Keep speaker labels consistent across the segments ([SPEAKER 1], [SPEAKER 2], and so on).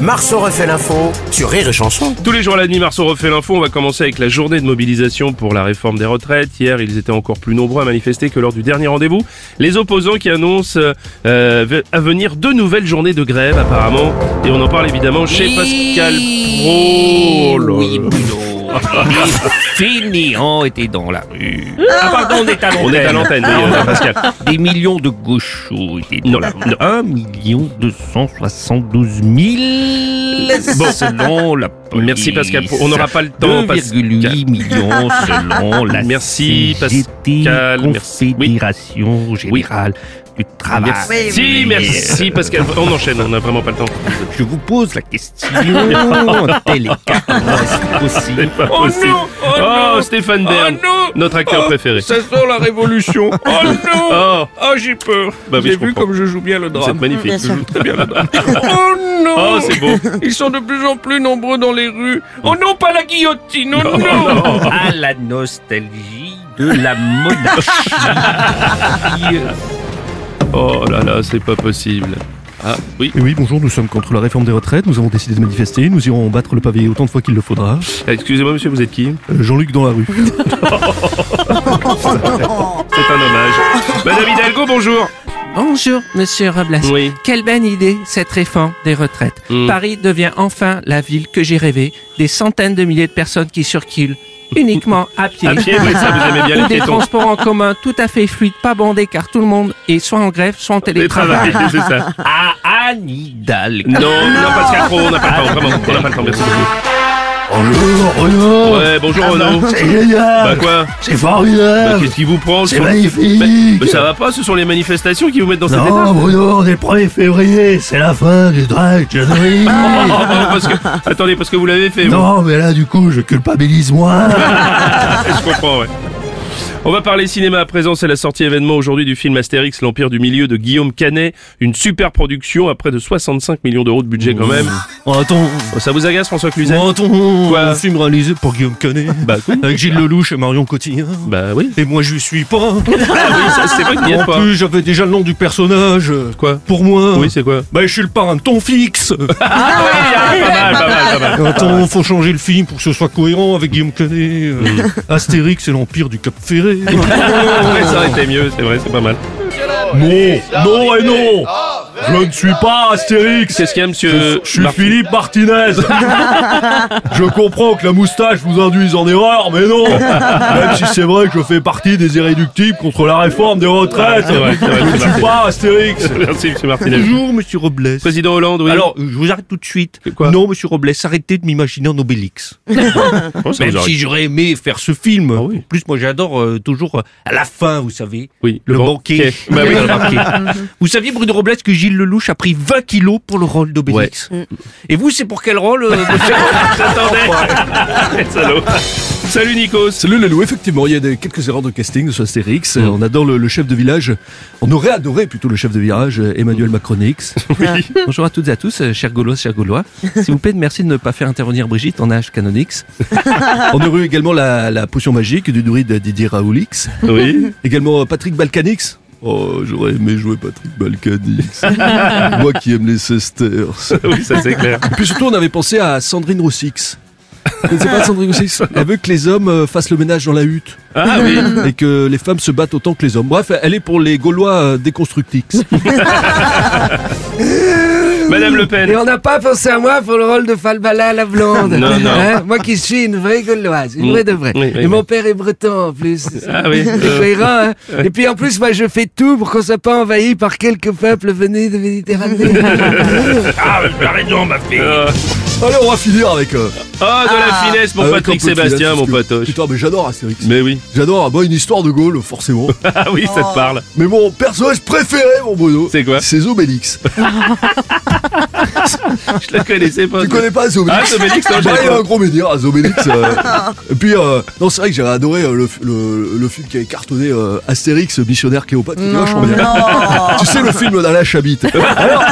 [SPEAKER 1] Marceau refait l'info sur Rire et Chanson.
[SPEAKER 2] Tous les jours à la nuit, Marceau refait l'info. On va commencer avec la journée de mobilisation pour la réforme des retraites. Hier, ils étaient encore plus nombreux à manifester que lors du dernier rendez-vous. Les opposants qui annoncent euh, euh, à venir deux nouvelles journées de grève, apparemment. Et on en parle évidemment chez Pascal Pro. Oh
[SPEAKER 3] Oui, Bruno. Fini, on était dans la rue. Ah, pardon, on est à l'antenne. Ah.
[SPEAKER 2] On est à l'antenne, d'ailleurs, Pascal.
[SPEAKER 3] Des millions de gauchos étaient
[SPEAKER 2] Non,
[SPEAKER 3] dans la rue. 1 272 000 selon la police.
[SPEAKER 2] Merci, Pascal. On n'aura pas le temps,
[SPEAKER 3] 2,8
[SPEAKER 2] Pascal.
[SPEAKER 3] millions selon la
[SPEAKER 2] Merci,
[SPEAKER 3] CGT,
[SPEAKER 2] Pascal. Merci. Oui.
[SPEAKER 3] Confédération Générale du Travail.
[SPEAKER 2] Merci, merci Pascal. On enchaîne, on n'a vraiment pas le temps.
[SPEAKER 3] Je vous pose la question. Un tel écart, est-ce possible
[SPEAKER 2] Pas possible. Oh, Stéphane Bern, notre acteur préféré.
[SPEAKER 4] Ça sent la révolution. Oh non
[SPEAKER 2] Oh,
[SPEAKER 4] Oh, j'ai peur.
[SPEAKER 2] Bah oui,
[SPEAKER 4] J'ai
[SPEAKER 2] je
[SPEAKER 4] vu
[SPEAKER 2] comprends.
[SPEAKER 4] comme je joue bien le
[SPEAKER 2] c'est
[SPEAKER 4] drame.
[SPEAKER 2] magnifique.
[SPEAKER 4] Oh non
[SPEAKER 2] Oh, c'est beau.
[SPEAKER 4] Ils sont de plus en plus nombreux dans les rues. Oh non, pas la guillotine. Oh non,
[SPEAKER 3] à la nostalgie de la monarchie.
[SPEAKER 2] Oh là là, c'est pas possible. Ah oui,
[SPEAKER 5] Et oui, bonjour, nous sommes contre la réforme des retraites, nous avons décidé de manifester, nous irons battre le pavé autant de fois qu'il le faudra.
[SPEAKER 2] Ah, excusez-moi monsieur, vous êtes qui
[SPEAKER 5] Euh, Jean-Luc dans la rue.
[SPEAKER 2] C'est un hommage. Madame Hidalgo, bonjour.
[SPEAKER 6] Bonjour, monsieur Roblas.
[SPEAKER 2] Oui.
[SPEAKER 6] Quelle bonne idée, cette réforme des retraites.
[SPEAKER 2] Mm.
[SPEAKER 6] Paris devient enfin la ville que j'ai rêvée. Des centaines de milliers de personnes qui circulent uniquement à pied.
[SPEAKER 2] À pied, oui, ça vous aimez bien les
[SPEAKER 6] Ou des
[SPEAKER 2] piétons.
[SPEAKER 6] transports en commun tout à fait fluides, pas bandés, car tout le monde est soit en grève, soit en
[SPEAKER 2] Les
[SPEAKER 6] télétravail.
[SPEAKER 2] travail, c'est ça.
[SPEAKER 3] à Ah, Anne Hidalgo.
[SPEAKER 2] Non, non, Pascal Pro, on n'a pas le temps, vraiment, on n'a pas le temps, merci beaucoup.
[SPEAKER 5] Bonjour, Oh,
[SPEAKER 7] Oh.
[SPEAKER 5] Renaud
[SPEAKER 2] Ouais, bonjour Renaud.
[SPEAKER 5] C'est
[SPEAKER 2] Bah
[SPEAKER 5] génial
[SPEAKER 2] quoi
[SPEAKER 5] C'est
[SPEAKER 2] Bah,
[SPEAKER 5] formidable
[SPEAKER 2] Qu'est-ce qui vous prend ce
[SPEAKER 5] C'est
[SPEAKER 2] sont-
[SPEAKER 5] magnifique
[SPEAKER 2] Mais ça va pas, ce sont les manifestations qui vous mettent dans cet état. Oh,
[SPEAKER 5] Non, Bruno, on est le 1er février, c'est la fin du drag January
[SPEAKER 2] Oh, parce que, attendez, parce que vous l'avez fait, vous.
[SPEAKER 5] Non, mais là, du coup, je culpabilise moi
[SPEAKER 2] je comprends, ouais. On va parler cinéma à présent, c'est la sortie événement aujourd'hui du film Astérix, l'Empire du Milieu de Guillaume Canet, une super production à près de 65 millions d'euros de budget quand même.
[SPEAKER 7] Mmh.
[SPEAKER 5] Oh, attends,
[SPEAKER 2] Oh, Ça vous agace François Cluzet
[SPEAKER 5] oh, attends,
[SPEAKER 2] Quoi
[SPEAKER 5] un film réalisé pour Guillaume Canet,
[SPEAKER 2] Bah oui.
[SPEAKER 5] avec Gilles Lelouch et Marion Cotillard.
[SPEAKER 2] Bah oui.
[SPEAKER 5] Et moi, je suis pas
[SPEAKER 2] Ah oui, ça c'est vrai qu'il n'y
[SPEAKER 5] En
[SPEAKER 2] a pas.
[SPEAKER 5] plus, j'avais déjà le nom du personnage.
[SPEAKER 2] Quoi
[SPEAKER 5] Pour moi.
[SPEAKER 2] Oui, c'est quoi
[SPEAKER 5] Bah, je suis le parrain de ton fixe.
[SPEAKER 2] Ah oui, ah, pas mal, pas mal, pas mal.
[SPEAKER 5] Attends, faut changer le film pour que ce soit cohérent avec Guillaume Canet. euh, Astérix et l'Empire du Cap Ferré.
[SPEAKER 2] Ouais, ça aurait été mieux, c'est vrai, c'est pas mal.
[SPEAKER 5] non, non et non. Je ne suis pas Astérix.
[SPEAKER 2] Qu'est-ce qu'il y a, monsieur Euh, Martin
[SPEAKER 5] Philippe Martinez. je comprends que la moustache vous induise en erreur, mais non. Même si c'est vrai que je fais partie des irréductibles contre la réforme des retraites.
[SPEAKER 2] C'est vrai, c'est vrai, monsieur Martinez.
[SPEAKER 5] pas Astérix.
[SPEAKER 2] Merci, monsieur Martinez.
[SPEAKER 5] Bonjour, monsieur Robles.
[SPEAKER 2] Président Hollande, oui.
[SPEAKER 5] Alors, euh, je vous arrête tout de suite.
[SPEAKER 2] Quoi
[SPEAKER 5] non, monsieur Robles, arrêtez de m'imaginer en Obélix.
[SPEAKER 2] Oh, ça
[SPEAKER 5] Même
[SPEAKER 2] vous aurait-
[SPEAKER 5] si j'aurais aimé faire ce film.
[SPEAKER 2] Ah oui.
[SPEAKER 5] En plus, moi, j'adore euh, toujours euh, à la fin, vous savez.
[SPEAKER 2] Oui,
[SPEAKER 5] Le,
[SPEAKER 2] ban-
[SPEAKER 5] banquet.
[SPEAKER 2] Ok. Bah oui.
[SPEAKER 5] Le
[SPEAKER 7] Mhm.
[SPEAKER 5] banquet. vous saviez, Bruno Robles, que Gilles Lelouch a pris 20 kilos pour le rôle d'Obélix. Et vous, c'est pour quel rôle euh, monsieur
[SPEAKER 2] J'attendais. Salaud. Salut Nikos.
[SPEAKER 7] Salut Lalou, effectivement, il y a des, quelques erreurs de casting sur Astérix.
[SPEAKER 5] Mm.
[SPEAKER 7] Euh, On adore le, le chef de village. On aurait adoré plutôt le chef de village, euh, Emmanuel
[SPEAKER 5] Mm.
[SPEAKER 7] Macronix.
[SPEAKER 6] Bonjour à toutes et à tous, euh, chers Gaulois, chers Gaulois. S'il vous plaît, merci de ne pas faire intervenir Brigitte en âge canonix.
[SPEAKER 7] On aurait eu également la, la potion magique du druide Didier Raoulix.
[SPEAKER 2] Oui.
[SPEAKER 7] Également euh, Patrick Balkanix. Oh, j'aurais aimé jouer Patrick Balkanix. Moi qui aime les Sesters.
[SPEAKER 2] Oui, ça c'est clair.
[SPEAKER 7] Et puis surtout, on avait pensé à Sandrine Roussix. Vous connaissez pas Sandrine Roussix Elle veut que les hommes euh, fassent le ménage dans la hutte.
[SPEAKER 2] Ah oui.
[SPEAKER 7] et que les femmes se battent autant que les hommes. Bref, elle est pour les Gaulois euh, déconstructix.
[SPEAKER 2] Madame Le Pen.
[SPEAKER 8] On n'a pas pensé à moi pour le rôle de Falbala la blonde.
[SPEAKER 2] Non, non.
[SPEAKER 8] Hein, moi qui suis une vraie gauloise, une
[SPEAKER 2] Mm.
[SPEAKER 8] vraie de vraie.
[SPEAKER 2] Oui, oui,
[SPEAKER 8] Et mon père est breton en plus.
[SPEAKER 2] Ah oui.
[SPEAKER 8] C'est
[SPEAKER 2] euh,
[SPEAKER 8] cohérent, hein. Et puis en plus, moi je fais tout pour qu'on soit pas envahi par quelques peuples venus de Méditerranée.
[SPEAKER 3] Ah, mais arrêtons, ma fille.
[SPEAKER 2] euh,
[SPEAKER 7] Allez, on va finir avec. euh,
[SPEAKER 2] Oh, de la finesse, mon
[SPEAKER 7] avec un peu
[SPEAKER 2] Patrick
[SPEAKER 7] de finesse,
[SPEAKER 2] Sébastien,
[SPEAKER 7] parce
[SPEAKER 2] mon
[SPEAKER 7] que-
[SPEAKER 2] patoche.
[SPEAKER 7] Putain, mais j'adore Astérix.
[SPEAKER 2] Mais oui.
[SPEAKER 7] J'adore bah, une histoire de Gaulle, forcément.
[SPEAKER 2] Ah oui, ça te parle.
[SPEAKER 7] mais mon personnage préféré, mon Bruno,
[SPEAKER 2] C'est quoi
[SPEAKER 7] C'est Zobélix.
[SPEAKER 2] Je la connaissais pas.
[SPEAKER 7] tu connais pas Zobélix
[SPEAKER 2] Ah, Zobélix, non, je
[SPEAKER 7] Bah,
[SPEAKER 2] l'ai
[SPEAKER 7] il y a
[SPEAKER 2] pas.
[SPEAKER 7] un gros média à Zobélix. euh. Et puis, euh, non, c'est vrai que j'avais adoré euh, le, f- le- le film qui avait cartonné euh, Astérix, missionnaire Cléopâtre. Non, tu, vois, je crois bien. tu sais, le film d'Alain Chabit. Alors,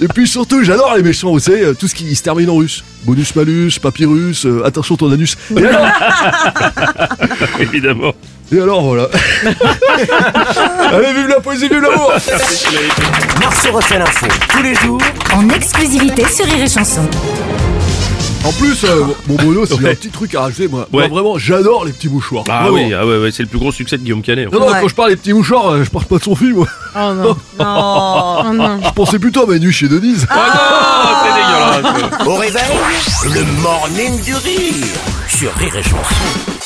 [SPEAKER 7] Et puis surtout, j'adore les méchants, vous savez, euh, tout ce qui se termine en russe. Bonus malus, papyrus, euh, attention ton anus. Et alors,
[SPEAKER 2] évidemment.
[SPEAKER 7] et alors voilà. Allez, vive la poésie, vive l'amour
[SPEAKER 1] Marceau refait l'info tous les jours
[SPEAKER 9] en exclusivité sur Rire et Chanson.
[SPEAKER 7] En plus, euh, mon Bruno, c'est un petit truc à rajouter, moi.
[SPEAKER 2] Ouais.
[SPEAKER 7] Moi, vraiment, j'adore les petits mouchoirs.
[SPEAKER 2] Ah
[SPEAKER 7] Vraiment.
[SPEAKER 2] oui, ah ouais, ouais, c'est le plus gros succès de Guillaume Canet. en fait.
[SPEAKER 7] Non, non,
[SPEAKER 10] Ouais.
[SPEAKER 7] quand je parle des petits mouchoirs, euh, je parle pas de son film, moi.
[SPEAKER 10] Oh non. Non. Oh non.
[SPEAKER 7] Je pensais plutôt à Manu chez Denise.
[SPEAKER 2] Ah, c'est dégueulasse.
[SPEAKER 1] Au réveil, le morning du rire sur Rire et Chanson.